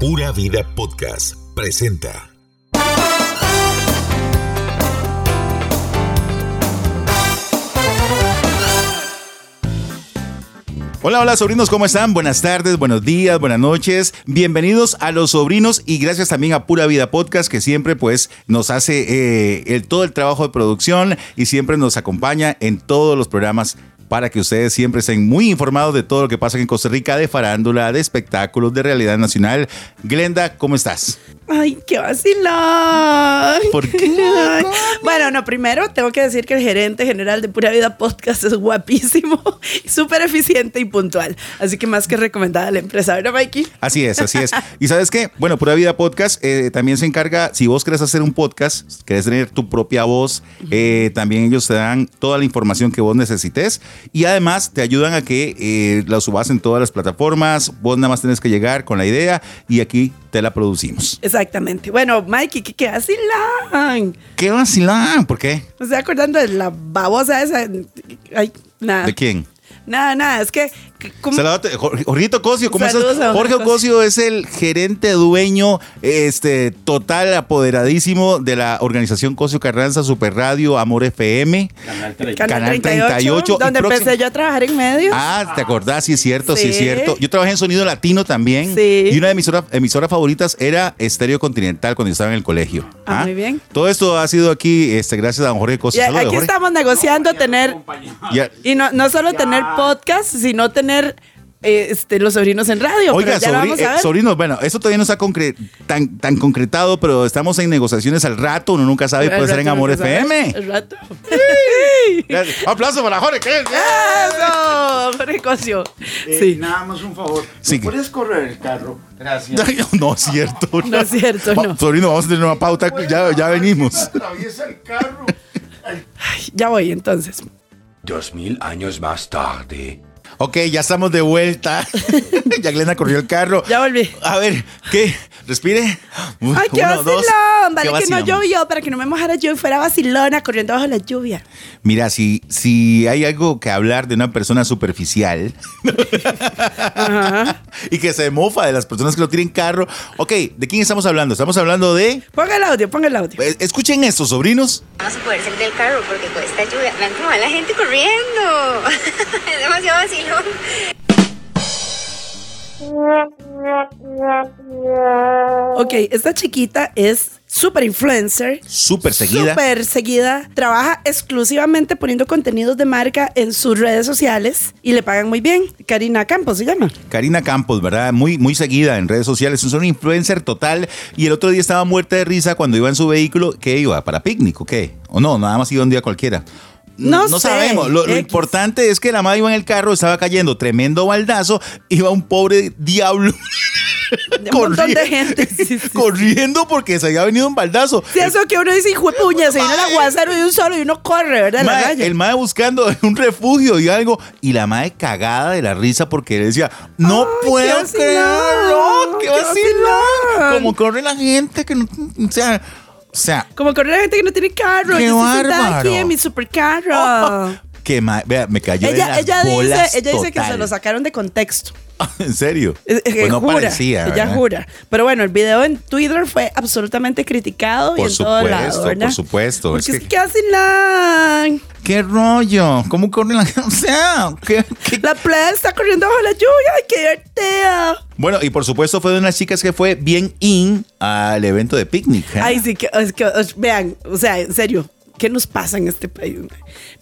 Pura Vida Podcast presenta. Hola, hola sobrinos, ¿cómo están? Buenas tardes, buenos días, buenas noches. Bienvenidos a los sobrinos y gracias también a Pura Vida Podcast que siempre pues nos hace eh, el, todo el trabajo de producción y siempre nos acompaña en todos los programas para que ustedes siempre estén muy informados de todo lo que pasa en Costa Rica, de farándula, de espectáculos, de realidad nacional. Glenda, ¿cómo estás? Ay, qué vacilón. ¿Por qué? Ay. Bueno, no, primero tengo que decir que el gerente general de Pura Vida Podcast es guapísimo, súper eficiente y puntual. Así que más que recomendada la empresa, ¿verdad, Mikey? Así es, así es. Y sabes qué? Bueno, Pura Vida Podcast eh, también se encarga, si vos querés hacer un podcast, querés tener tu propia voz, eh, también ellos te dan toda la información que vos necesites y además te ayudan a que eh, la subas en todas las plataformas. Vos nada más tenés que llegar con la idea y aquí te la producimos. Exactamente. Bueno, Mikey, qué, qué vacilón. ¡Qué vacilón! ¿Por qué? Me estoy acordando de la babosa esa. Ay, nada. ¿De quién? Nada, nada, es que. que- ¿cómo? Saludate, eh, Jor- Jorgito Ocasio, ¿cómo Saludos estás? a Jorge Jorge Ocosio es el gerente dueño, este, total apoderadísimo de la organización Cosio Carranza, Super Radio, Amor FM. Canal Canal 38, 38, y donde próximo- empecé yo a trabajar en medios. Ah, ¿te acordás? Sí, es cierto, sí, es Sí. cierto. Yo trabajé en Sonido Latino también. Sí. Y una de mis horas- emisoras favoritas era Estéreo Continental cuando yo estaba en el colegio. Ah, muy bien. Todo esto ha sido aquí, este, gracias a don Jorge y Cosio. Saludos, aquí Jorge. estamos negociando tener. Ya- Y no, no solo tener podcast, sino tener eh, este, los sobrinos en radio. Oiga, pero ya lo sobri- vamos eh, a ver. sobrinos, bueno, eso todavía no está concre- tan, tan concretado, pero estamos en negociaciones al rato, uno nunca sabe, puede Al ser en rato, Amor vamos a ver. FM. Al rato. Gracias. Aplauso para Jorge. ¿qué? ¡Ah! ¡Eso! Jorge Cosio. Eh, Sí. Nada más un favor. ¿Me Sí. ¿Puedes correr el carro? Gracias. No es cierto. No es cierto, Va- no. Sobrino, vamos a tener una pauta, ya, ya venimos. Atraviesa el carro. Ya voy entonces. Dos mil años más tarde. Ok, ya estamos de vuelta. ya Glenda corrió el carro. Ya volví. A ver, ¿qué? Respire. Uy, ¡Ay, qué uno, dos. vacilón! Vale Qué que no vacilón. llovió para que no me mojara yo y fuera vacilona corriendo bajo la lluvia. Mira, si, si hay algo que hablar de una persona superficial y que se mofa de las personas que no tienen carro. Ok, ¿de quién estamos hablando? Estamos hablando de. Ponga el audio, ponga el audio. eh, Escuchen esto, sobrinos. Vamos a poder salir del carro porque con esta lluvia me han como la gente corriendo. es demasiado vacilón. Ok, esta chiquita es super influencer. Súper seguida. Súper seguida. Trabaja exclusivamente poniendo contenidos de marca en sus redes sociales y le pagan muy bien. Karina Campos se llama. Karina Campos, ¿verdad? Muy, muy seguida en redes sociales. Es una influencer total. Y el otro día estaba muerta de risa cuando iba en su vehículo. ¿Qué iba? ¿Para picnic o qué? O no, nada más iba un día cualquiera. No sé, sabemos. Lo, lo X. importante es que la madre iba en el carro, estaba cayendo tremendo baldazo. Iba un pobre diablo De un montón de corriendo- gente. Sí, sí, sí. corriendo porque se había venido un baldazo. Sí, eso que uno dice, hijo de puña, se viene el aguacero de un solo y uno corre, ¿verdad? En la Mae, calle. el mae buscando un refugio y algo. Y la mae cagada de la risa porque decía, no Ay, puedo qué vacilón, creerlo, qué qué vacilón. vacilón. Como corre la gente que no, o sea, o sea, Como corre la gente que no tiene carro. ¡Qué yo estoy sentada bárbaro! aquí en mi supercarro. que mae, vea, me cayó de Ah. Ella, las ella, bolas dice, ella dice que total. se lo sacaron de contexto. En serio. Es- es que Pues no jura, parecía. ella ¿verdad? jura. Pero bueno, el video en Twitter fue absolutamente criticado y Por en todo supuesto, lado, por ¿verdad? supuesto, Porque es es que- que hacen la... ¿Qué rollo? ¿Cómo corre la gente? O sea, ¿qué, qué La playa está corriendo bajo la lluvia. ¡Ay, qué divertida! Bueno, y por supuesto fue de unas chicas que fue bien in al evento de picnic. ¿eh? Ay, sí, que, es que os- vean, o sea, en serio, ¿qué nos pasa en este país? man?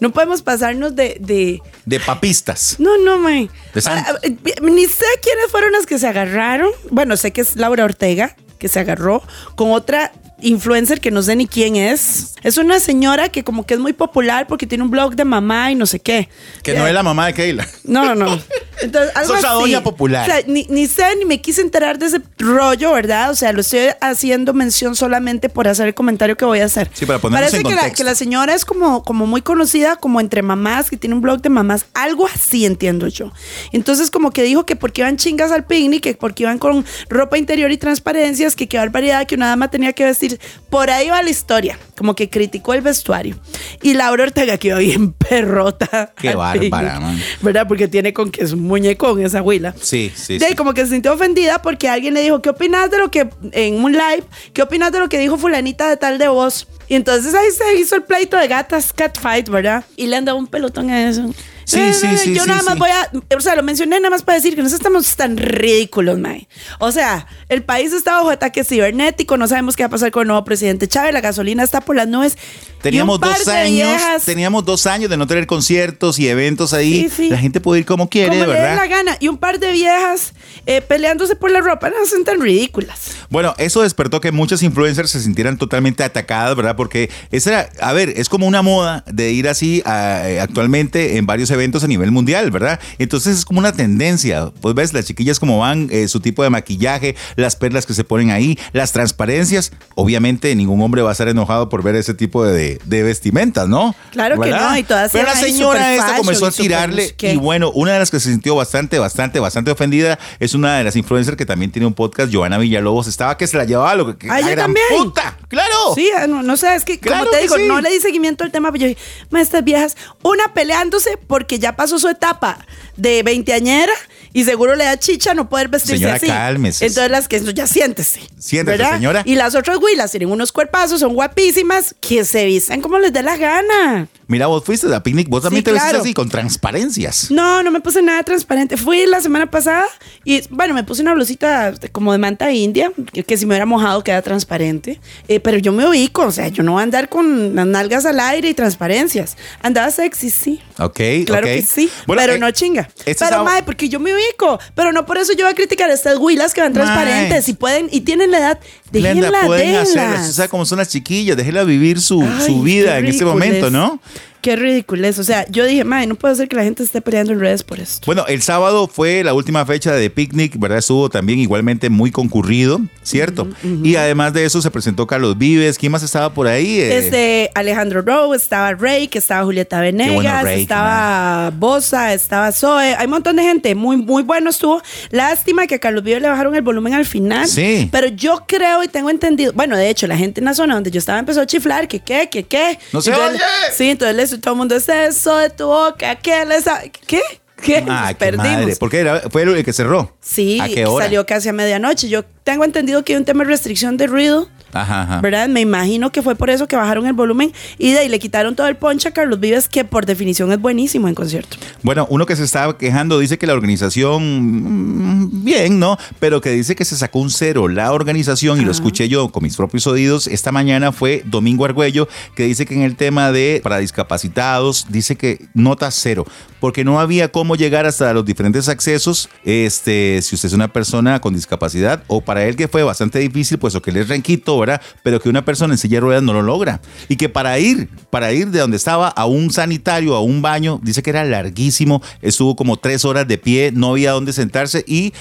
No podemos pasarnos de... de De papistas. no, no, man. De santos. Ah, eh, Ni sé quiénes fueron las que se agarraron. Bueno, sé que es Laura Ortega, que se agarró con otra influencer que no sé ni quién es. Es una señora que como que es muy popular porque tiene un blog de mamá y no sé qué. Que no es la mamá de Keila. No, no, no. Entonces, algo Sos la así. doña popular. O sea, ni, ni sé, ni me quise enterar de ese rollo, ¿verdad? O sea, lo estoy haciendo mención solamente por hacer el comentario que voy a hacer. Sí, para ponernos Parece en que, la, contexto. que la señora es como, como muy conocida, como entre mamás, que tiene un blog de mamás. Algo así entiendo yo. Entonces, como que dijo que porque iban chingas al picnic, que porque iban con ropa interior y transparencias, que qué barbaridad, que una dama tenía que vestir vestir. Por ahí va la historia, como que criticó el vestuario. Y Laura Ortega quedó bien perrota. Qué al fin, bárbara, man. ¿Verdad? Porque tiene con que es un muñecón esa huila. Sí, sí, De ahí sí. como que se sintió ofendida porque alguien le dijo, ¿qué opinas de lo que, en un live, qué opinas de lo que dijo fulanita de tal de vos? Y entonces ahí se hizo el pleito de gatas, catfight, ¿verdad? Y le han dado un pelotón a eso. Sí, Eh, sí, sí, Yo sí, nada más sí. voy a, o sea, lo mencioné nada más para decir que no estamos tan ridículos, Mae. O sea, el país está bajo ataque cibernético, no sabemos qué va a pasar con el nuevo presidente Chávez, la gasolina está por las nubes. Y Teníamos un par dos de años, viejas teníamos dos años de no tener conciertos y eventos ahí. Sí, sí. La gente puede ir como quiere, como le dé ¿verdad? la gana. Y un par de viejas eh, peleándose por la ropa, no son tan ridículas. Bueno, eso despertó que muchas influencers se sintieran totalmente atacadas, ¿verdad? Porque esa era, a ver, es como una moda de ir así a- eh, actualmente en varios eventos a nivel mundial, ¿verdad? Entonces es como una tendencia. Pues ves las chiquillas como van, eh, su tipo de maquillaje, las perlas que se ponen ahí, las transparencias. Obviamente ningún hombre va a estar enojado por ver ese tipo de, de vestimentas, ¿no? Claro que no, y todas Pero la eran ahí señora super esta fashion comenzó a y super no tirarle sé qué. y bueno, una de las que se sintió bastante, bastante, bastante ofendida es una de las influencers que también tiene un podcast, Giovanna Villalobos. Estaba que se la llevaba lo que. que- Ah, la yo gran también. puta! ¡Claro! Sí, ah, no, no sé, es que Oh. Claro como te que digo, sí. no le di seguimiento al tema, pero yo dije, "Ma, estas viejas, una peleándose porque ya pasó su etapa de veinteañera y seguro le da chicha no poder vestirse Señora, así. cálmese. Entonces las que ya siéntese. Siéntese, señora. Y las otras güilas tienen unos cuerpazos, son guapísimas, que se vistan como les dé la gana. Mira, vos fuiste a la picnic, vos también Sí, te vestiste claro. así, con transparencias. No, no me puse nada transparente. Fui la semana pasada y, bueno, me puse una blusita de- como de manta india, que, que si me hubiera mojado queda transparente. Eh, pero yo me ubico, o sea, yo no voy a andar con las nalgas al aire y transparencias. Andaba sexy, sí. Ok, Claro ok. que sí, Bueno, pero eh, no chinga. este pero sábado- mae, porque yo me ubico, pero no por eso yo voy a criticar a estas huilas que van Mae. transparentes y pueden y tienen la edad, Glenda, déjenla, pueden hacerlo. déjenlas. O sea, como son las chiquillas, déjela vivir su, Ay, su vida qué en este ridiculez. momento, ¿no? Qué ridículo O sea, yo dije, mae, no puedo hacer que la gente esté peleando en redes por esto. Bueno, el sábado fue la última fecha de picnic, ¿verdad? Estuvo también igualmente muy concurrido, ¿cierto? Y además de eso se presentó Carlos Vives. ¿Quién más estaba por ahí? Eh, Este, Alejandro Rowe, estaba Rake, estaba Julieta Venegas, bueno Rake, estaba Bosa, estaba Zoe. Hay un montón de gente. Muy, muy bueno estuvo. Lástima que a Carlos Vives le bajaron el volumen al final. Sí. Pero yo creo y tengo entendido. Bueno, de hecho, la gente en la zona donde yo estaba empezó a chiflar que qué, que qué. ¡No se Entonces, oye! Sí, entonces le- todo el mundo es eso de tu boca, que les ¿Qué? ¿Qué? Ah, Nos qué madre. Porque era- fue el que cerró. Sí, ¿A qué que hora? salió casi a medianoche. Yo tengo entendido que hay un tema de restricción de ruido. Ajá, ajá. ¿Verdad? Me imagino que fue por eso que bajaron el volumen y de ahí le quitaron todo el ponche a Carlos Vives, que por definición es buenísimo en concierto. Bueno, uno que se estaba quejando dice que la organización, mm, bien, ¿no? Pero que dice que se sacó un cero. La organización, y Ah. lo escuché yo con mis propios oídos, esta mañana fue Domingo Argüello, que dice que en el tema de para discapacitados, dice que nota cero, porque no había cómo llegar hasta los diferentes accesos, este, si usted es una persona con discapacidad, o para él que fue bastante difícil, pues o que le es renquito, ¿verdad? Pero que una persona en silla de ruedas no lo logra. Y que para ir, para ir de donde estaba a un sanitario, a un baño, dice que era larguísimo, estuvo como tres horas de pie, no había dónde sentarse y,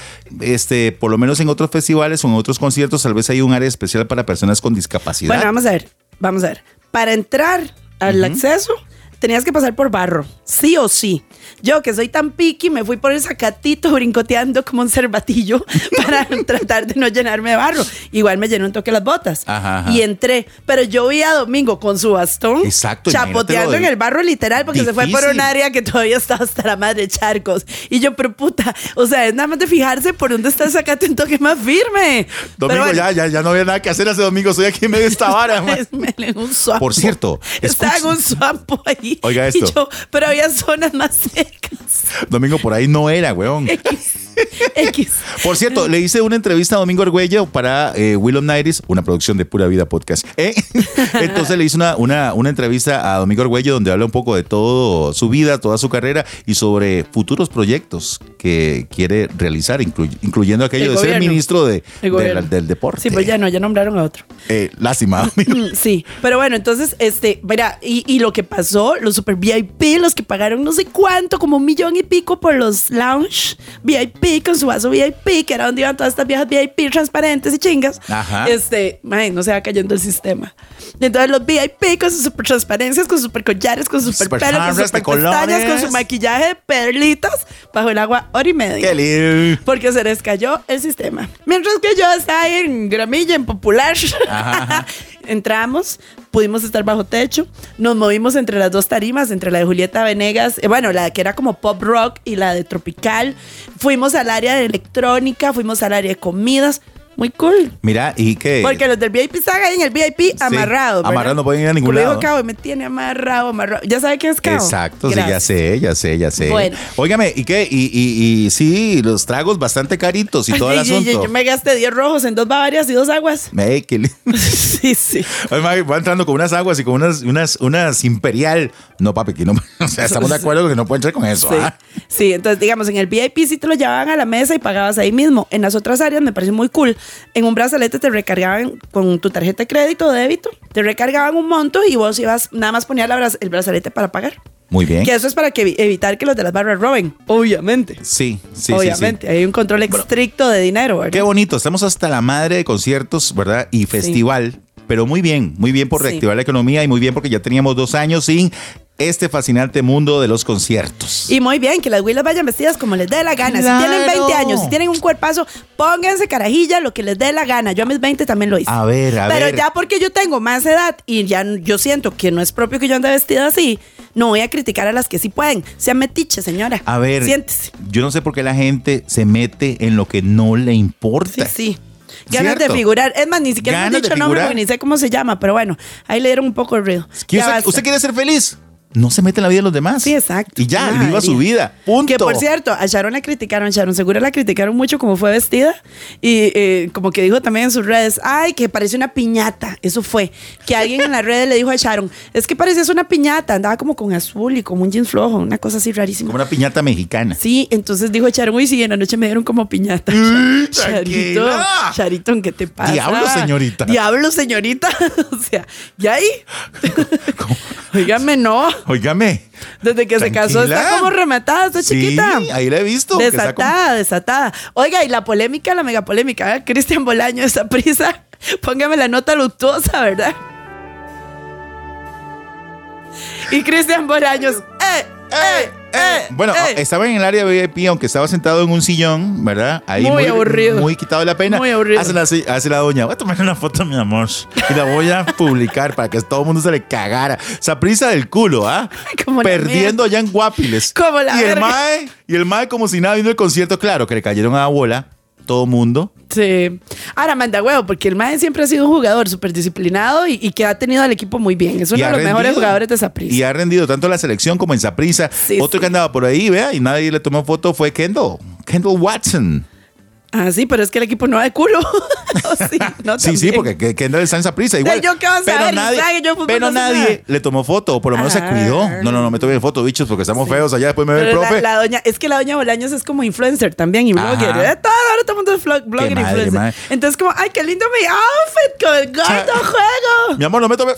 este, por lo menos en otros festivales o en otros conciertos, tal vez hay un área especial para personas con discapacidad. Bueno, vamos a ver, vamos a ver. Para entrar al acceso, tenías que pasar por barro, sí o sí. Yo, que soy tan piqui, me fui por el sacatito brincoteando como un cervatillo para tratar de no llenarme de barro. Igual me llenó un toque las botas Ajá, ajá. y entré. Pero yo vi a Domingo con su bastón Exacto, imagínatelo chapoteando de- en el barro literal porque se fue por Difícil. un área que todavía está hasta la madre de charcos. Y yo, pero puta, o sea, es nada más de fijarse por dónde está el sacate un toque más firme. Pero Domingo, bueno. ya, ya, ya no había nada que hacer hace domingo, estoy aquí en medio de esta vara. man. Es mel en un suampo. Por cierto, Estaba en escuchen. un suampo ahí. Oiga esto. Y yo, pero había zonas más secas. Domingo por ahí no era, weón. X. X. Por cierto, le hice una entrevista a Domingo Argüello para eh, Will of Nighties, una producción de Pura Vida Podcast. ¿eh? Entonces le hice una, una, una entrevista a Domingo Argüello donde habla un poco de todo su vida, toda su carrera y sobre futuros proyectos que quiere realizar, incluy- incluyendo aquello El de ser gobierno. ministro de, El de la- gobierno. del deporte. Sí, pues ya no, ya nombraron a otro. Eh, lástima, Domingo. Mm, Sí, pero bueno, entonces, este, mira, y, y lo que pasó, los super VIP, los que pagaron no sé cuánto, como un millón y pico por los lounge VIP, VIP, con su vaso VIP, que era donde iban todas estas viejas VIP transparentes y chingas. Ajá. Este, mae, no se va cayendo el sistema. Entonces los VIP con sus super transparencias, con sus super collares, con sus super Super pelos, con sus jarras de super pestañas, con su colores. maquillaje de perlitas, bajo el agua hora y media. Qué lindo. Porque se les cayó el sistema. Mientras que yo estaba en Gramilla, en Popular, Ajá. entramos, pudimos estar bajo techo, nos movimos entre las dos tarimas, entre la de Julieta Venegas, eh, bueno, la que era como pop rock y la de tropical. Fuimos al área de electrónica, fuimos al área de comidas. Muy cool. Mira, y que. Porque los del VIP están ahí en el VIP amarrados. ¿verdad? amarrados, no pueden ir a ningún Como dijo lado. Cabo, me tiene amarrado, amarrado. Ya sabe quién es Cabo. Exacto, sí, ya Gracias. sé, ya sé, ya sé. Bueno. Óigame, ¿y qué? Y, y, y sí, los tragos bastante caritos y todo el Ay, yo- yo- asunto. Yo me gasté 10 rojos en dos Bavarias y dos aguas. Ey, qué lindo. sí, sí. Ay, Maggie, va entrando con unas aguas y con unas, unas, unas imperial. No, papi, que no. O sea, estamos de acuerdo que no pueden entrar con eso. Sí. ¿ah? Sí, entonces digamos, en el VIP sí te lo llevaban a la mesa y pagabas ahí mismo. En las otras áreas me pareció muy cool. En un brazalete te recargaban con tu tarjeta de crédito o débito, te recargaban un monto y vos ibas, nada más ponías la bra- el brazalete para pagar. Muy bien. Que eso es para que evi- evitar que los de las barras roben. Obviamente. Sí, sí, sí, sí. Obviamente, hay un control estricto de dinero, ¿verdad? Qué bonito, estamos hasta la madre de conciertos, ¿verdad? Y festival, pero muy bien, muy bien por Sí. reactivar la economía y muy bien porque ya teníamos dos años sin este fascinante mundo de los conciertos. Y muy bien, que las huilas vayan vestidas como les dé la gana. Claro. Si tienen 20 años, si tienen un cuerpazo, pónganse carajilla lo que les dé la gana. Yo a mis 20 también lo hice. A ver, a Pero ver. ya porque yo tengo más edad y ya n- yo siento que no es propio que yo ande vestida así, no voy a criticar a las que sí pueden. Sean metiche, señora. A ver, Siéntese. yo no sé por qué la gente se mete en lo que no le Sí, importa. sí. Ganas Cierto. de figurar. Es más, ni siquiera me han Ganas de dicho nombre figurar. porque ni sé cómo se llama, pero bueno, ahí le dieron un poco el ruido. Que Ya usted, basta. usted quiere ser feliz. No se mete en la vida de los demás. Sí, exacto. Y ya, Madre. viva su vida. Punto. Que por cierto, a Sharon la criticaron, Sharon seguro la criticaron mucho como fue vestida y eh, como que dijo también en sus redes, ay, que parece una piñata, eso fue, que alguien en las redes le dijo a Sharon, es que parecías una piñata, andaba como con azul y como un jeans flojo, una cosa así rarísima. Como una piñata mexicana. Sí, entonces dijo Sharon, uy, sí, en la noche me dieron como piñata. Charito, tranquila. Charito, ¿qué te pasa? Diablo, señorita. Diablo, señorita. o sea, ¿y ahí? ¿Cómo? Oígame, no. Óigame. Desde que se casó Tranquila. está como rematada, está Sí, chiquita. ahí la he visto, que está como- Desatada, desatada. Oiga, y la polémica, la mega polémica, ¿eh? Cristian Bolaño, esa prisa. Póngame la nota luctuosa, ¿verdad? Y Cristian Bolaños, ¡eh! ¡Eh! ¡Eh! Bueno, eh. estaba en el área VIP, aunque estaba sentado en un sillón, ¿verdad? Ahí Muy aburrido. Muy quitado de la pena. Muy aburrido. Hace la, hace la doña, voy a tomar una foto, mi amor. Y la voy a publicar para que todo el mundo se le cagara. Esa prisa del culo, ¿ah? Como la Perdiendo allá en Guapiles. Como la y el verga. mae, Y el mae como si nada viendo el concierto. Claro, que le cayeron a la bola. Todo mundo. Sí. Ahora manda huevo, porque el Mae siempre ha sido un jugador súper disciplinado y, y que ha tenido al equipo muy bien. Es uno Y de ha los mejores rendido. jugadores de esa prisa. Y ha rendido tanto en la selección como en Saprisa. Sí, Otro sí. que andaba por ahí, vea, y nadie le tomó foto fue Kendall. Kendall Watson. Ah, sí, pero es que el equipo no da de culo. O sí, no, Sí, sí, también. porque que- Kendall está en Saprisa. Igual. yo qué vas a pero saber, nadie, Isaac, yo de fútbol pero no sé nadie nada. le tomó foto, o por lo menos se Ah. cuidó. No, no, no me tomen foto, bichos, porque estamos feos allá. Después me ve el Pero profe. La, la doña, es que la doña Bolaños es como influencer también y Ajá. blogger. ¿eh? Todo, ahora todo el mundo es vlog- blogger madre, influencer. madre. Entonces, como, ay, qué lindo mi outfit con el gordo juego. Mi amor, no me tomé.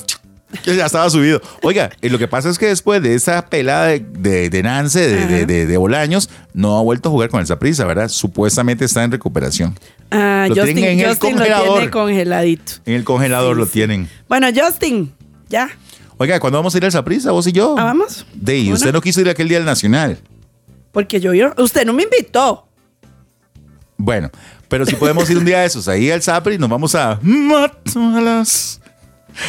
Que ya estaba subido. Oiga, y lo que pasa es que después de esa pelada de, de, de Nance, de, de, de- de Bolaños, no ha vuelto a jugar con el Saprisa, ¿verdad? Supuestamente está en recuperación. Ah, Lo Justin, tienen en el Justin lo congelador. tiene congeladito. En el congelador lo tienen. Bueno, Justin, ya. Oiga, ¿cuándo vamos a ir al Saprisa, vos y yo? Ah, vamos. De, y ¿Cómo usted no? no quiso ir aquel día al Nacional. Porque yo, yo, usted no me invitó. Bueno, pero si podemos ir un día de esos ahí al Sapri y nos vamos a Mátalas.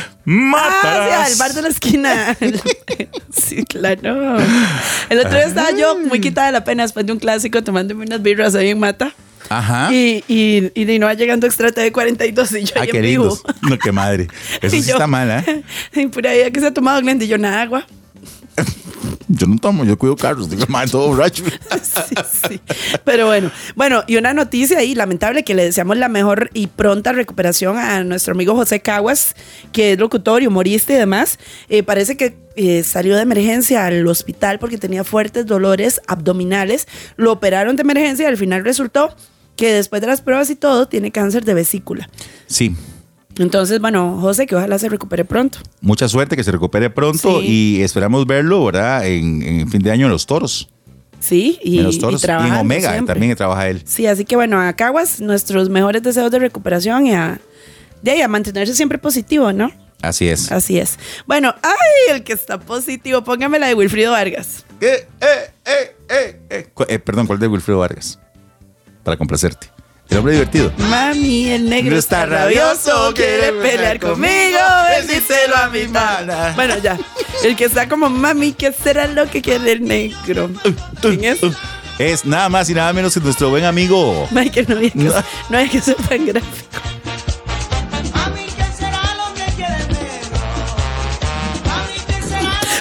Ah, sí, Mátalas. al bar de la esquina. sí, claro. El otro día estaba yo muy quitada de la pena después de un clásico tomándome unas birras ahí en Mata. Ajá. Y, y, y de no va llegando extra de 42 y yo Ah, ahí qué en vivo. lindos. No, qué madre. Eso Y sí yo, está mal, ¿eh? Y por ahí que se ha tomado glendillona agua. Yo no tomo, yo cuido carros. Digo, madre, todo borracho. Sí, sí. Pero bueno, bueno, y una noticia ahí lamentable que le deseamos la mejor y pronta recuperación a nuestro amigo José Caguas, que es locutor y humorista y demás. Eh, parece que eh, salió de emergencia al hospital porque tenía fuertes dolores abdominales. Lo operaron de emergencia y al final resultó que después de las pruebas y todo tiene cáncer de vesícula. Sí. Entonces, bueno, José, que ojalá se recupere pronto. Mucha suerte, que se recupere pronto Sí. y esperamos verlo, ¿verdad? En, en fin de año en los toros. Sí, y, menos y toros. Y, en trabajando Omega siempre. también trabaja él. Sí, así que bueno, a Caguas, nuestros mejores deseos de recuperación y a, de ahí a mantenerse siempre positivo, ¿no? Así es. Así es. Bueno, ay, el que está positivo, póngame la de Wilfrido Vargas. Eh, eh, eh, eh, eh. Cu- eh, perdón, ¿cuál de Wilfredo Vargas? Para complacerte. El hombre divertido. Mami, el negro No está rabioso, quiere pelear conmigo, díselo a mi mana. mamá. Bueno, ya. El que está como, mami, ¿qué será lo que quiere el negro? ¿Quién es? Es nada más y nada menos que nuestro buen amigo. Michael, no había que, No. no había que ser tan gráfico.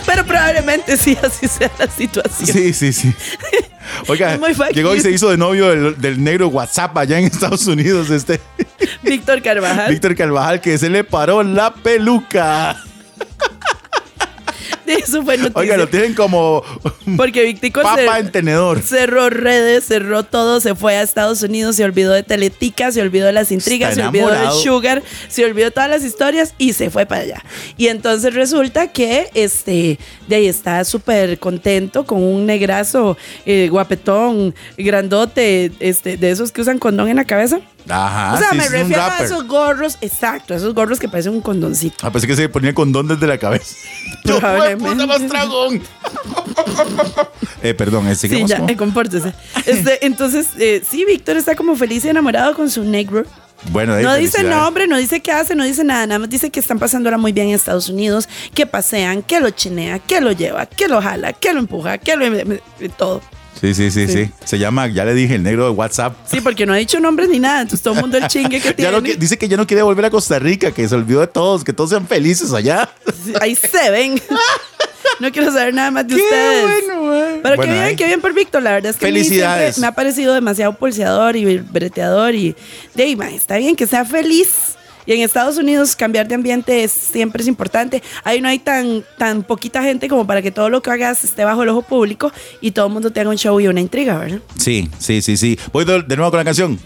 Pero probablemente sí, así sea la situación. Sí, sí, sí. Oiga, Es muy fácil. llegó y se hizo de novio del, del negro WhatsApp allá en Estados Unidos, este Víctor Carvajal. Víctor Carvajal, que se le paró la peluca. Eso fue noticia. Oiga, lo tienen como Porque Víctico Mm. papa se- en tenedor. cerró redes, cerró todo, se fue a Estados Unidos, se olvidó de Teletica, se olvidó de las intrigas, Está se olvidó de enamorado. Sugar, se olvidó de todas las historias y se fue para allá. Y entonces resulta que este de ahí está súper contento con un negrazo eh, guapetón, grandote, este, de esos que usan condón en la cabeza. Ajá. o sea, Ah, sí, me es un refiero a rapper. esos gorros, exacto, a esos gorros que parecen un condoncito. Ah, pensé que se ponía condón desde la cabeza. Probablemente. ¡Puta más dragón! eh, perdón, eh, Sí, sigamos. ya, ¿no? eh, compórtese. Este, entonces, eh, sí, Víctor está como feliz y enamorado con su negro. Bueno, eh, No dice felicidades. nombre, no dice qué hace, no dice nada, nada más dice que están pasando ahora muy bien en Estados Unidos, que pasean, que lo chinea, que lo lleva, que lo jala, que lo empuja, que lo... eh, todo. Sí, sí, sí, sí, Sí. Se llama, ya le dije, el negro de WhatsApp. Sí, porque no ha dicho nombres ni nada, entonces todo el mundo el chingue que Ya tiene. no que- dice que ya no quiere volver a Costa Rica, que se olvidó de todos, que todos sean felices allá. Ahí se ven. No quiero saber nada más de Qué ustedes. bueno, eh. Pero Bueno, qué bien, ahí. qué bien por Víctor. La verdad es que a mí Felicidades. siempre me ha parecido demasiado pulseador y breteador. Y de ma, está bien que sea feliz. Y en Estados Unidos cambiar de ambiente es- siempre es importante. Ahí no hay tan, tan poquita gente como para que todo lo que hagas esté bajo el ojo público y todo el mundo tenga un show y una intriga, ¿verdad? Sí, sí, sí, sí. Voy de, de nuevo con la canción.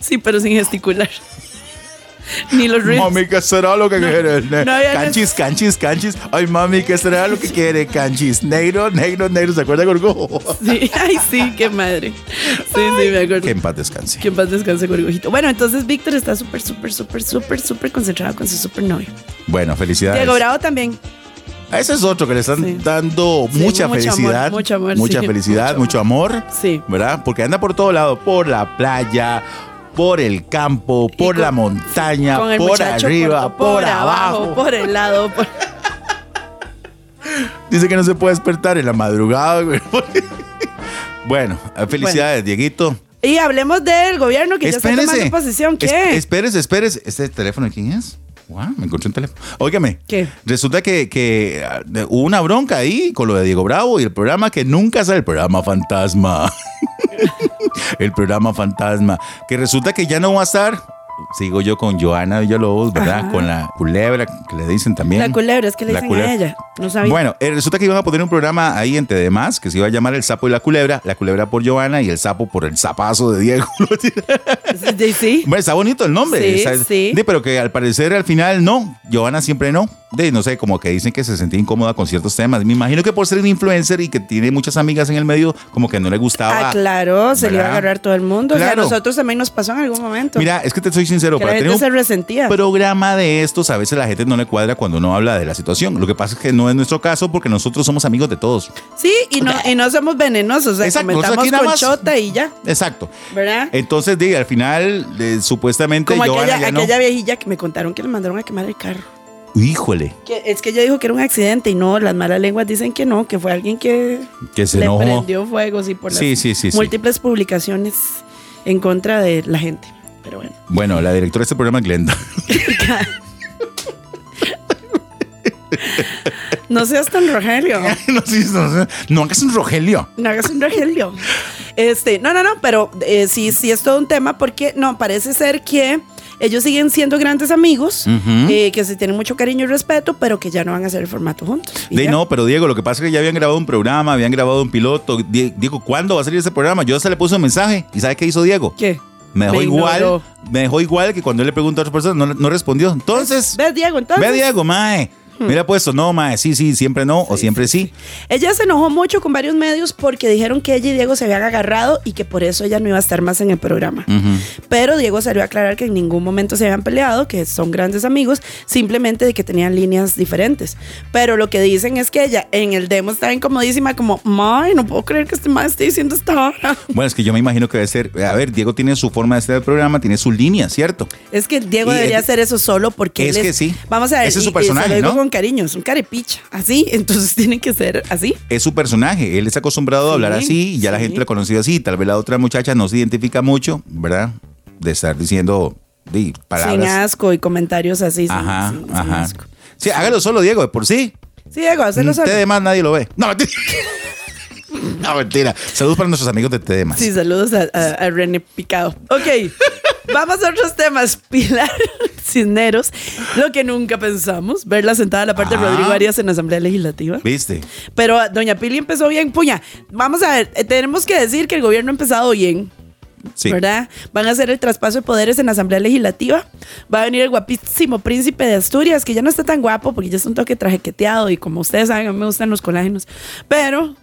Sí, pero sin gesticular. Ni los reels. Mami, ¿qué será lo que quiere? Ne- no había- canchis, canchis, canchis. Ay, mami, ¿qué será lo que quiere? Canchis. Negro, negro, negro. ¿Se acuerda, Gorgo? Sí, ay, sí, qué madre. Sí, sí, me acuerdo. Que en paz descanse. Que en paz descanse, Gorgojito. Bueno, entonces Víctor está súper, súper, súper, súper, súper concentrado con su súper novio. Bueno, felicidades. Diego Bravo también. Ese es otro que le están Sí. dando Sí, mucha mucho amor, felicidad. mucho amor, Mucha sí. felicidad, mucho Mucho amor. Sí. ¿Verdad? Porque anda por todo lado, por la playa, por el campo, por con- la montaña, Con el por muchacho arriba, corto, por, abajo. por el lado. por- Dice que no se puede despertar en la madrugada. güey. bueno, felicidades, Dieguito. Y hablemos del gobierno que ya está Espérese. tomando posición. ¿Qué? Es- espérese, espérese. ¿Este teléfono de quién es? Wow, me encontré un teléfono. Óigame. ¿Qué? Resulta que, que, ah, de- hubo una bronca ahí con lo de Diego Bravo y el programa que nunca sale, el programa fantasma. el programa fantasma. Que resulta que ya no va a estar. Sigo yo con Joana Villalobos, ¿verdad? Ajá. Con la culebra que le dicen también. La culebra, es que le La dicen culebra. a ella. No sabía. Bueno, eh, resulta que iban a poner un programa ahí entre demás que se iba a llamar El Sapo y la Culebra, la culebra por Joana y el sapo por el zapazo de Diego. Sí, sí. Hombre, está bonito el nombre. Sí, está- sí. de, pero que al parecer al final no. Giovanna siempre no. De, no sé, como que dicen que se sentía incómoda con ciertos temas. Me imagino que por ser un influencer y que tiene muchas amigas en el medio, como que no le gustaba. Ah, claro, se le iba a ¿verdad? agarrar todo el mundo. O sea, Claro. a nosotros también nos pasó en algún momento. Mira, es que te soy sincero, que la para gente tener se un resentía. programa de estos, a veces la gente no le cuadra cuando uno habla de la situación. Lo que pasa es que no es nuestro caso porque nosotros somos amigos de todos. sí, y no, y no somos venenosos. O sea, Exacto, nosotros comentamos aquí nada con más- chota y ya. Exacto. ¿Verdad? Entonces, diga, al final, eh, supuestamente Como Giovanna aquella, ya no. aquella viejilla que me contaron que le mandaron a quemar el carro. Híjole, Que- es que ella dijo que era un accidente y no, las malas lenguas dicen que no, que fue alguien que que se le enojó. prendió fuego sí, por las Sí, sí, sí, sí. múltiples publicaciones en contra de la gente. Pero bueno. Bueno, la directora de este programa, Glenda. No seas tan Rogelio. no, sí, no, no, no hagas un Rogelio. No hagas un Rogelio. Este, no, no, no, pero eh, sí, sí es todo un tema porque no, parece ser que ellos siguen siendo grandes amigos, eh, que se tienen mucho cariño y respeto, pero que ya no van a hacer el formato juntos. Y De ya. no, pero Diego, lo que pasa es que ya habían grabado un programa, habían grabado un piloto. Die- Diego, ¿cuándo va a salir ese programa? Yo se le puse un mensaje. ¿Y sabe qué hizo Diego? ¿Qué? Me dejó Me igual. ignoró. Me dejó igual que cuando él le preguntó a otra persona, no, no respondió. Entonces, ¿Ves, Diego? Entonces. ve Diego, mae. Mira puesto, no, mae, sí, sí, siempre no o siempre sí. Ella se enojó mucho con varios medios porque dijeron que ella y Diego se habían agarrado y que por eso ella no iba a estar más en el programa. Pero Diego salió a aclarar que en ningún momento se habían peleado, que son grandes amigos, simplemente de que tenían líneas diferentes. Pero lo que dicen es que ella en el demo estaba incomodísima, como, Mae, no puedo creer que este mae esté diciendo esta vara". Bueno, es que yo me imagino que debe ser, a ver, Diego tiene su forma de hacer el programa, tiene su línea, ¿cierto? Es que Diego Y debería es- hacer eso solo porque es él que sí. Vamos a ver. Ese es su y- y personaje, se lo digo ¿no? con cariño, es un carepicha. Así, entonces tiene que ser así. Es su personaje, él está acostumbrado a hablar Sí, así y ya la sí. gente lo ha conocido así, tal vez la otra muchacha no se identifica mucho, ¿verdad? De estar diciendo di, Sin palabras. asco y comentarios así. sin- ajá, sin- sin ajá. asco. Sí, hágalo solo, Diego, de por sí. Sí, Diego, hazlo Mm, solo. TDMás nadie lo ve. No, mentira. No, mentira. Saludos para nuestros amigos de TDMás. Sí, saludos a, a- a René Picado. Ok, vamos a otros temas. Pilar Cisneros, lo que nunca pensamos, verla sentada a la parte Ah. de Rodrigo Arias en la Asamblea Legislativa. ¿Viste? Pero ah, doña Pili empezó bien, puña. Vamos a ver, eh, tenemos que decir que el gobierno ha empezado bien. Sí. ¿Verdad? Van a hacer el traspaso de poderes en la Asamblea Legislativa. Va a venir el guapísimo príncipe de Asturias, que ya no está tan guapo porque ya es un toque trajequeteado y como ustedes saben, a mí me gustan los colágenos. Pero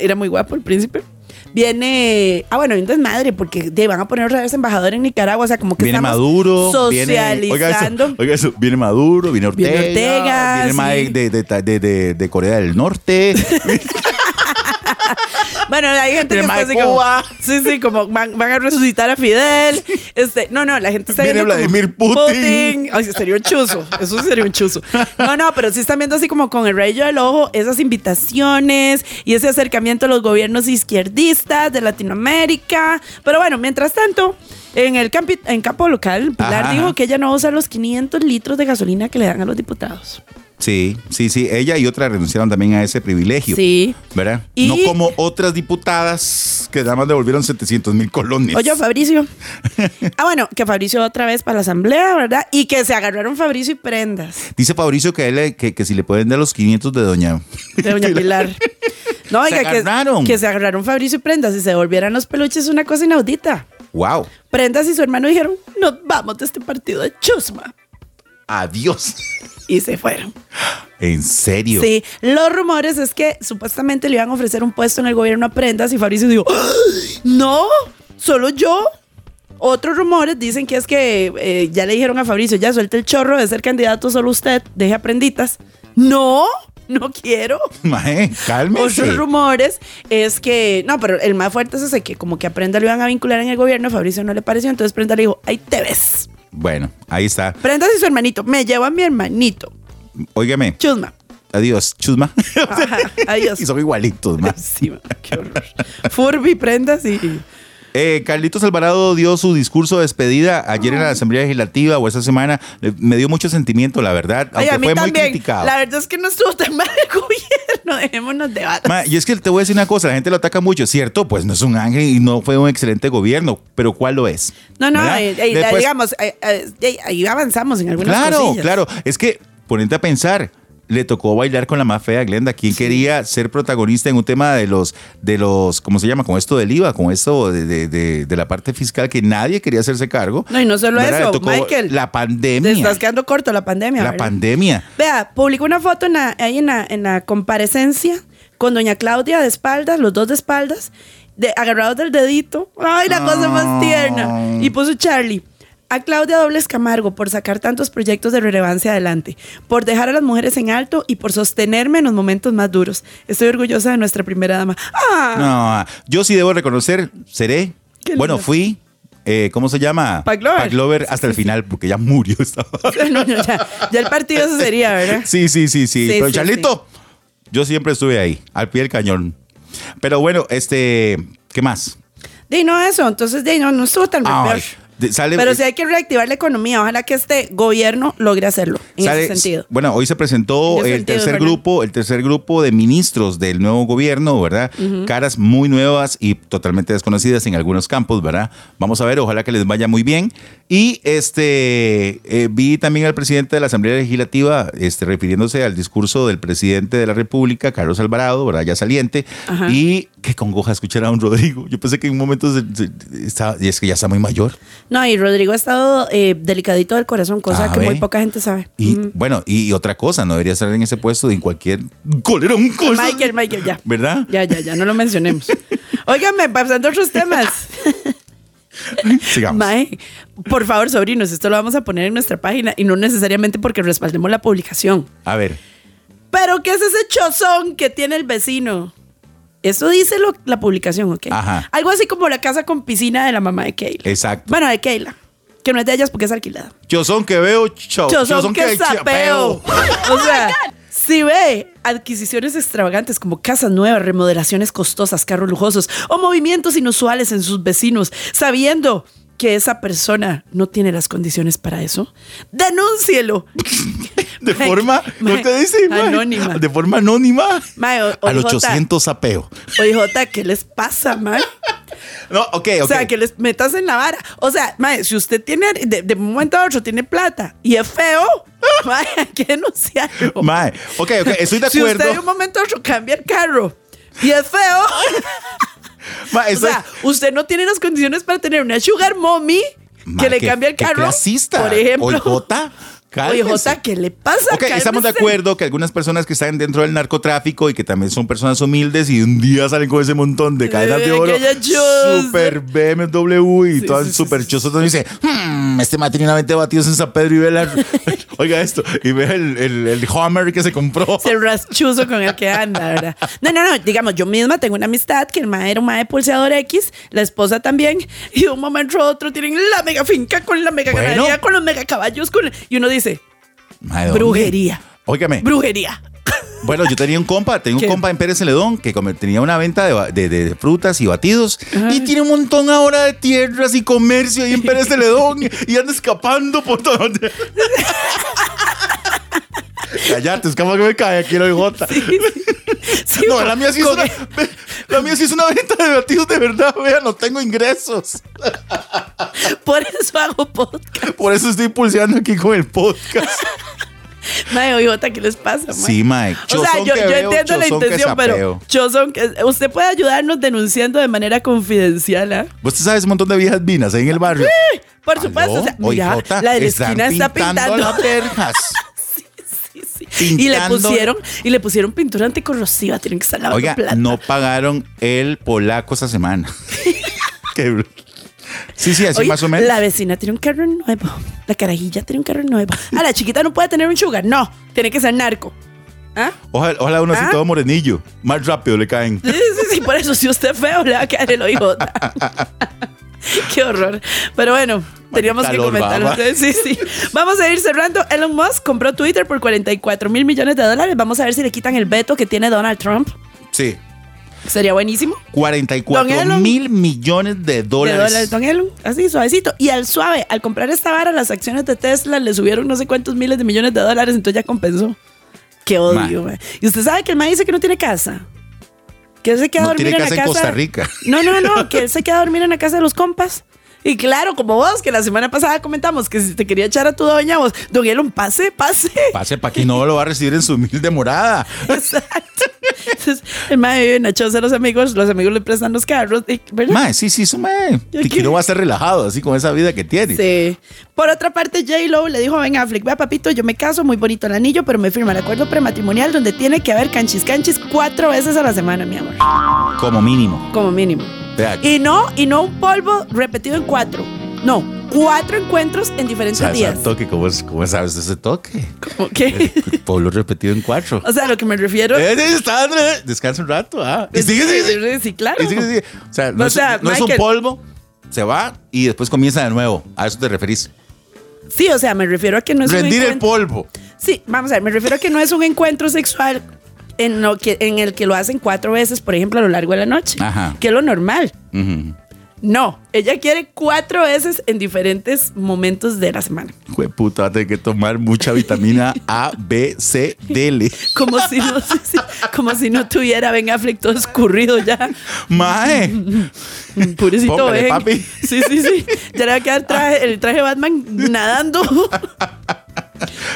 era muy guapo el príncipe. Viene. Ah, bueno, entonces madre, porque te van a poner otra vez embajador en Nicaragua. O sea, como que Viene estamos Maduro, socializando. viene. Oiga eso, oiga eso, viene Maduro, viene Ortega. Viene Ortega, viene el mae sí. de, de, de, de- de Corea del Norte. Bueno, hay gente que Viene está mae así como- Cuba. Sí, sí, como van, van a resucitar a Fidel. Este, no, no, la gente está Viene viendo como, Vladimir Putin. Ay, sí, sería un chuzo. Eso sí sería un chuzo. No, no, pero sí están viendo así como con el rayo del ojo esas invitaciones y ese acercamiento a los gobiernos izquierdistas de Latinoamérica. Pero bueno, mientras tanto, en el campi- en campo local, Pilar Ajá, ajá. dijo que ella no usa los 500 litros de gasolina que le dan a los diputados. Sí, sí, sí. Ella y otra renunciaron también a ese privilegio. Sí. ¿Verdad? Y- No como otras diputadas que nada más devolvieron 700 mil colones. Oye, Fabricio. Ah, bueno, que Fabricio otra vez para la asamblea, ¿verdad? Y que se agarraron Fabricio y prendas Dice Fabricio que, a él le- que, que si le pueden dar los 500 de Doña. de Doña Pilar. No, Se oiga, que, agarraron. que se agarraron Fabricio y prendas y se devolvieran los peluches es una cosa inaudita. ¡Wow! Prendas y su hermano dijeron, nos vamos de este partido de chusma. ¡Adiós! Y se fueron. ¿En serio? Sí, los rumores es que supuestamente le iban a ofrecer un puesto en el gobierno a prendas y Fabricio dijo, "¡Ay! no, solo yo. Otros rumores dicen que es que eh, ya le dijeron a Fabricio, ya suelte el chorro de ser candidato solo usted, deje a prenditas. No, no quiero. Mae, cálmese. Otros rumores es que, no, pero el más fuerte es ese que como que a Prenda le iban a vincular en el gobierno, a Fabricio no le pareció, entonces Prenda le dijo, ahí te ves. Bueno, ahí está. Prendas y su hermanito, me llevo a mi hermanito. Óigame. Chusma. Adiós, chusma. Ajá, adiós. y son igualitos, más. Sí, ma, qué horror. Furby, prendas y. Eh, Carlitos Alvarado dio su discurso de despedida ayer en la Asamblea Legislativa o esta semana. Le- me dio mucho sentimiento, la verdad, Ay, aunque a mí fue muy también. criticado. La verdad es que no estuvo tan mal el gobierno. Dejémonos de balas. Ma, y es que te voy a decir una cosa, la gente lo ataca mucho, ¿cierto? Pues no es un ángel y no fue un excelente gobierno, pero ¿cuál lo es? No, no, ¿Verdad? eh, eh, Después- digamos, eh, eh, eh, ahí avanzamos en algunas Claro, cosillas. claro. Es que ponente a pensar. Le tocó bailar con la más fea Glenda. ¿Quién quería ser protagonista en un tema de los, de los, ¿cómo se llama? Con esto del IVA, con esto de, de- de- de la parte fiscal que nadie quería hacerse cargo. No, y no solo ¿Verdad? Le eso, tocó Michael. La pandemia. Te estás quedando corto la pandemia. la ¿verdad? pandemia. Vea, publicó una foto en la- ahí en la, en la comparecencia con doña Claudia de espaldas, los dos de espaldas, de, agarrados del dedito. Ay, la cosa más tierna. Y puso Charlie. A Claudia Dobles Camargo por sacar tantos proyectos de relevancia adelante, por dejar a las mujeres en alto y por sostenerme en los momentos más duros. Estoy orgullosa de nuestra primera dama. ¡Ah! No, yo sí debo reconocer, seré. Qué Bueno, lindo. fui. eh, ¿Cómo se llama? Paglover. hasta el final, porque ya murió esta No, no, ya, ya el partido eso sería, ¿verdad? Sí, sí, sí, sí. ¿Eh? Sí, Pero sí, Charlito, yo siempre estuve ahí, al pie del cañón. Pero bueno, este, ¿qué más? Di no eso, entonces di no, no estuvo tan mal, Ay, peor. de- sale- Pero sí hay que reactivar la economía. Ojalá que este gobierno logre hacerlo en Sale- ese sentido. Bueno, hoy se presentó En ese el sentido, tercer Fernando. grupo, el tercer grupo de ministros del nuevo gobierno, ¿verdad? Caras muy nuevas y totalmente desconocidas en algunos campos, ¿verdad? Vamos a ver, ojalá que les vaya muy bien. Y este eh, vi también al presidente de la Asamblea Legislativa, este, refiriéndose al discurso del presidente de la República, Carlos Alvarado, ¿verdad? Ya saliente. Ajá. Y qué congoja escuchar a un Rodrigo. Yo pensé que en un momento se- se- está- y es que ya está muy mayor. No, y Rodrigo ha estado eh, delicadito del corazón, cosa Ah, que ve. muy poca gente sabe. Mm. Y bueno, y, y otra cosa, no debería estar en ese puesto de en cualquier colerón cosa. Michael, Michael, ya. ¿Verdad? Ya, ya, ya, no lo mencionemos. Óigame, pasando a otros temas. Sigamos. Mae, por favor, sobrinos, esto lo vamos a poner en nuestra página y no necesariamente porque respaldemos la publicación. A ver. Pero, ¿qué es ese chozón que tiene el vecino? Eso dice lo- la publicación, ¿ok? Ajá. Algo así como la casa con piscina de la mamá de Keila. Exacto. Bueno, de Keila. Que no es de ellas porque es alquilada. Chozón que veo, cho- Chozón que sapeo. Oh, chapeo. O sea, si ve adquisiciones extravagantes como casas nuevas, remodelaciones costosas, carros lujosos o movimientos inusuales en sus vecinos, sabiendo que esa persona no tiene las condiciones para eso, denúncielo. De Mae, forma, ¿no mae, te dice? mae? Anónima. De forma anónima. Mae, o- Al OJ. 800 sapeo. Oye, Jota, ¿qué les pasa, mae? No, ok, ok. O sea, que les metas en la vara. O sea, mae, si usted tiene, de, de un momento a otro tiene plata y es feo, mae, hay que denunciarlo. Mae, ok, ok, estoy de Si acuerdo. usted de un momento a otro cambia el carro y es feo, Mae, o estoy- sea, usted no tiene las condiciones para tener una sugar mommy Mae, que le qué- cambia el qué carro. clasista. Por ejemplo. Oye, Jota, cálmese. Oye, Jota, ¿qué le pasa? Ok, estamos de Cálmese. acuerdo que algunas personas que están dentro del narcotráfico y que también son personas humildes y un día salen con ese montón de cadenas Eh, de oro, aquella choza. super BMW y Sí, todas sí, sí, super sí. chosas, entonces dice, "Hmm, este man tiene una 20 batidos en San Pedro y ve la- oiga esto, y ve el, el, el Hummer que se compró. Es el raschuzo con el que anda, ¿verdad? No, no, no, digamos, yo misma tengo una amistad que el mae era un mae pulseador X, la esposa también, y de un momento a otro tienen la mega finca con la mega Bueno. ganadería, con los mega caballos, con... y uno dice, Mae, ¿dónde? brujería, Óigame, brujería. Bueno, yo tenía un compa, tenía un ¿Qué? compa en Pérez Celedón que come- tenía una venta de, ba- de- de frutas y batidos y tiene un montón ahora de tierras y comercio ahí en Pérez Celedón y anda escapando por todo donde... Callate, es como que me cae aquí el OJ. Sí, No, la mía, sí es con- una, la mía sí es una venta de batidos de verdad, vea, no tengo ingresos. Por eso hago podcast. Por eso estoy pulseando aquí con el podcast. Mae, oye, Jota, ¿qué les pasa, mae? Sí, mae. O sea, Chozón yo, que yo veo, entiendo la chozón que intención, pero sapeo. chozón que- usted puede ayudarnos denunciando de manera confidencial, ¿ah? Vos te sabes un montón de viejas vinas ahí en el barrio. Por Aló, supuesto, o sea, mira, OIJ, la de la están esquina está pintando. las verjas. Sí, sí. Y le Pintando. pusieron, y le pusieron pintura anticorrosiva, tienen que estar lavando Oiga, plata. no pagaron el polaco esta semana. Qué- sí, sí, así Oye, más o menos. La vecina tiene un carro nuevo. La carajilla tiene un carro nuevo. A la chiquita no puede tener un sugar. No, tiene que ser narco. ¿Ah? Ojalá, ojalá uno así ¿Ah? todo morenillo. Más rápido le caen. Sí, sí, sí, por eso si usted es feo le va a caer el oído. Qué horror. Pero bueno, teníamos que calor, comentarlo. va, va. Sí, sí. Vamos a ir cerrando. Elon Musk compró Twitter por 44 mil millones de dólares. Vamos a ver si le quitan el veto que tiene Donald Trump. Sí. Sería buenísimo. 44 Don Elon. mil millones de de dólares, dólares. don Elon. Así, suavecito. Y al suave, al comprar esta vara, las acciones de Tesla le subieron no sé cuántos miles de millones de dólares, entonces ya compensó. Qué odio, mae. Y usted sabe que el mae dice que no tiene casa. Que él se queda a No dormir tiene en la casa en casa. Costa Rica. No, no, no, que él se queda a dormir en la casa de los compas. Y claro, como vos, que la semana pasada comentamos que si te quería echar a tu doña, vos, don Elon, pase, pase. Pase para aquí, no lo va a recibir en su humilde morada. Exacto. Entonces, el mae vive en la choza de los amigos, los amigos le prestan los carros, y- ¿verdad? Mae, sí, sí, sume. Ya Y que- que no va a ser relajado así con esa vida que tiene. Sí. Por otra parte, J. Lo le dijo a Ben Affleck, vea papito, yo me caso, muy bonito el anillo, pero me firma el acuerdo prematrimonial donde tiene que haber canchis canchis cuatro veces a la semana, mi amor. Como mínimo. Como mínimo. Vea, Y no, y no un polvo repetido en cuatro. No, cuatro encuentros en diferentes ¿sabes días. ese toque? ¿Cómo, es- cómo sabes ese toque? ¿Cómo qué? Pueblo repetido en cuatro. o sea, lo que me refiero. Eh, sí, está, eh, Descansa un rato, ah. Y es- sigue, sigue, sigue. Sí, claro. Y sigue, sigue. O sea, no, O es, sea, no es un Michael. polvo, se va y después comienza de nuevo. A eso te referís. Sí, o sea, me refiero a que no es un Rendir el encuentro- polvo. Sí, vamos a ver, me refiero a que no es un encuentro sexual en, lo que, en el que lo hacen cuatro veces, por ejemplo, a lo largo de la noche, Ajá. que es lo normal. Ujú. No, ella quiere cuatro veces en diferentes momentos de la semana. Hijo de puta, va a tener que tomar mucha vitamina A, B, C, D, L. Como si no, sí, sí, como si no tuviera Ben Affleck todo escurrido ya. Mae. Purecito Póngale, Ben. papi. Sí, sí, sí. Ya le va a quedar traje- el traje Batman nadando.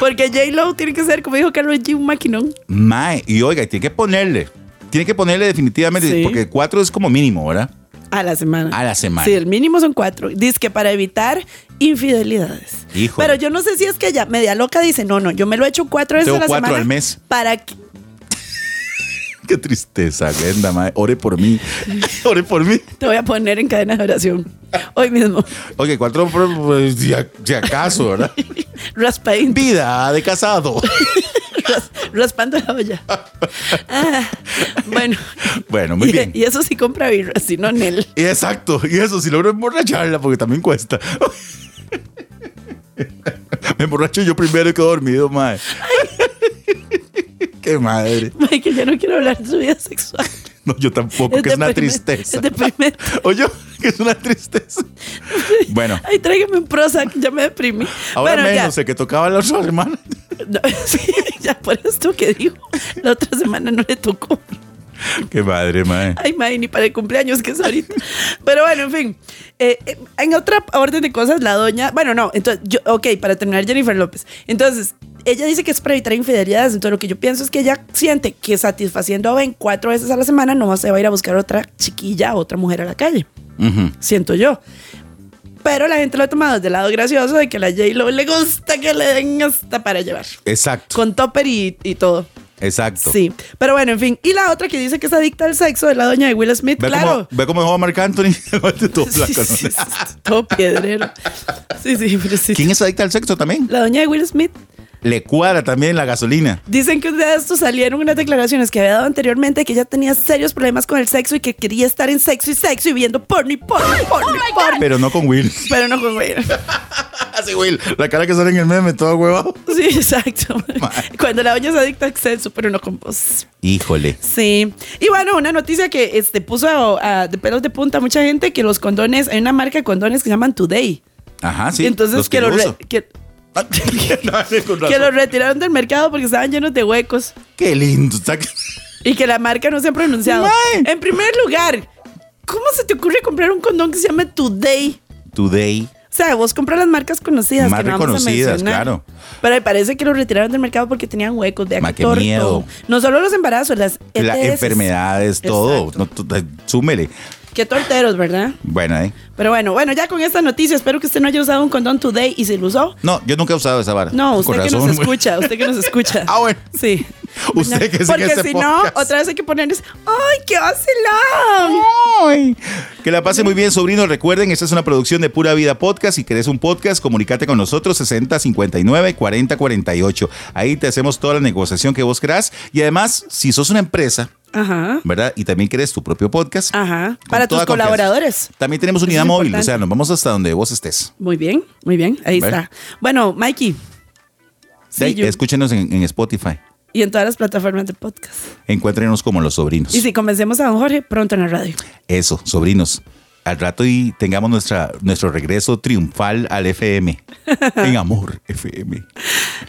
Porque J-Lo tiene que ser, como dijo Carlos G, un maquinón. Mae. Y oiga, y tiene que ponerle. Tiene que ponerle definitivamente, Sí. porque cuatro es como mínimo, ¿verdad? A la semana. A la semana. Sí, el mínimo son cuatro. Dice que para evitar infidelidades. Hijo. Pero yo no sé si es que ella media loca dice, no, no, yo me lo he hecho cuatro veces Tengo a la cuatro semana. al mes. Para que- Qué tristeza, Glenda, mae. Ore por mí. Ore por mí. te voy a poner en cadena de oración. Hoy mismo. Ok, cuatro, pues, si, a- si acaso, ¿verdad? Raspaín, Vida de casado. ras- raspando la olla. Ah, bueno. Bueno, muy Y- bien. Y eso sí compra birra, si no Nel. Exacto, y eso, si logro emborracharla, porque también cuesta. Me emborracho yo primero y quedo dormido, madre. Qué madre. Michael, ya no quiero hablar de su vida sexual. No, yo tampoco, que es una deprimente, tristeza. Es deprimente. Oye, que es una tristeza. Bueno, Ay, tráigame un Prozac, ya me deprimí. ahora bueno, menos, eh. el que tocaba la otra semana. ya. No, sí, ya por esto que dijo. La otra semana no le tocó. Qué madre, madre. Ay, madre, ni para el cumpleaños que es ahorita. Pero bueno, en fin. Eh, eh, en otra orden de cosas, la doña. Bueno, no, entonces, yo, ok, para terminar, Jennifer López. Entonces, ella dice que es para evitar infidelidades. Entonces, lo que yo pienso es que ella siente que satisfaciendo a Ben cuatro veces a la semana no se va a ir a buscar otra chiquilla, otra mujer a la calle. Siento yo. Pero la gente lo ha tomado desde el lado gracioso de que a la J-Lo le gusta que le den hasta para llevar. Exacto, Con topper y, y todo. exacto. Sí, pero bueno, en fin. Y la otra que dice que es adicta al sexo es la doña de Will Smith, Ve claro. cómo, ve cómo dejó a Marc Anthony. Todo Sí, flaco, ¿no? sí, sí, todo piedrero. Sí, sí, pero sí. ¿Quién es adicta al sexo también? La doña de Will Smith. Le cuadra también la gasolina. Dicen que un día de estos salieron unas declaraciones que había dado anteriormente que ella tenía serios problemas con el sexo y que quería estar en sexo y sexo y viendo porno y porno y porno y porno. Pero no con Will. Pero no con Will. Así, Will. La cara que sale en el meme, todo huevado. Sí, exacto. Cuando la doña es adicta al sexo, pero no con vos. Híjole. Sí. Y bueno, una noticia que este, puso a- a- de pelos de punta a mucha gente que los condones, hay una marca de condones que se llaman Today. Ajá, sí. Entonces los que, los yo re- uso. que, Ah, con razón. que los retiraron del mercado porque estaban llenos de huecos Qué lindo. está que- y que la marca no se ha pronunciado. Mae. En primer lugar, ¿cómo se te ocurre comprar un condón que se llame Today? Today. O sea, vos compras las marcas conocidas. Más que no vamos a reconocidas, mencionar. claro. Pero me parece que los retiraron del mercado porque tenían huecos de Ma, qué actor. miedo. No solo los embarazos, las Las ETS. enfermedades, todo. Exacto. No, tú- eh, súmele. Qué torteros, ¿verdad? Bueno, ¿eh? Pero bueno, bueno, ya con esta noticia, espero que usted no haya usado un condón today y se lo usó. No, yo nunca he usado esa vara. No, Con usted que razón. nos escucha, usted que nos escucha. Ah, bueno. Sí. Usted que sigue Porque este si podcast. no, otra vez hay que ponerles, ¡ay, qué vacilón! Ay. Que la pase muy bien, sobrino. Recuerden, esta es una producción de Pura Vida Podcast. Si querés un podcast, comunícate con nosotros 60 59 40 48. Ahí te hacemos toda la negociación que vos querás. Y además, si sos una empresa, Ajá. ¿verdad? Y también querés tu propio podcast. Ajá. con Para tus toda confianza. colaboradores. También tenemos Eso es unidad móvil, o importante. sea, nos vamos hasta donde vos estés. Muy bien, muy bien, ahí Bueno. está. Bueno, Mikey. see Sí, you. escúchenos en, en Spotify. Y en todas las plataformas de podcast. Encuéntrenos como los sobrinos. Y si comencemos a don Jorge, pronto en la radio. Eso, sobrinos. Al rato y tengamos nuestra, nuestro regreso triunfal al FM. en amor, FM.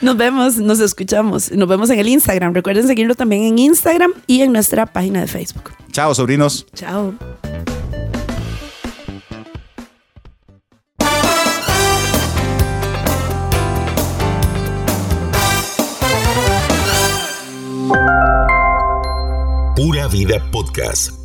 Nos vemos, nos escuchamos. Nos vemos en el Instagram. Recuerden seguirlo también en Instagram y en nuestra página de Facebook. Chao, sobrinos. Chao. Pura Vida Podcast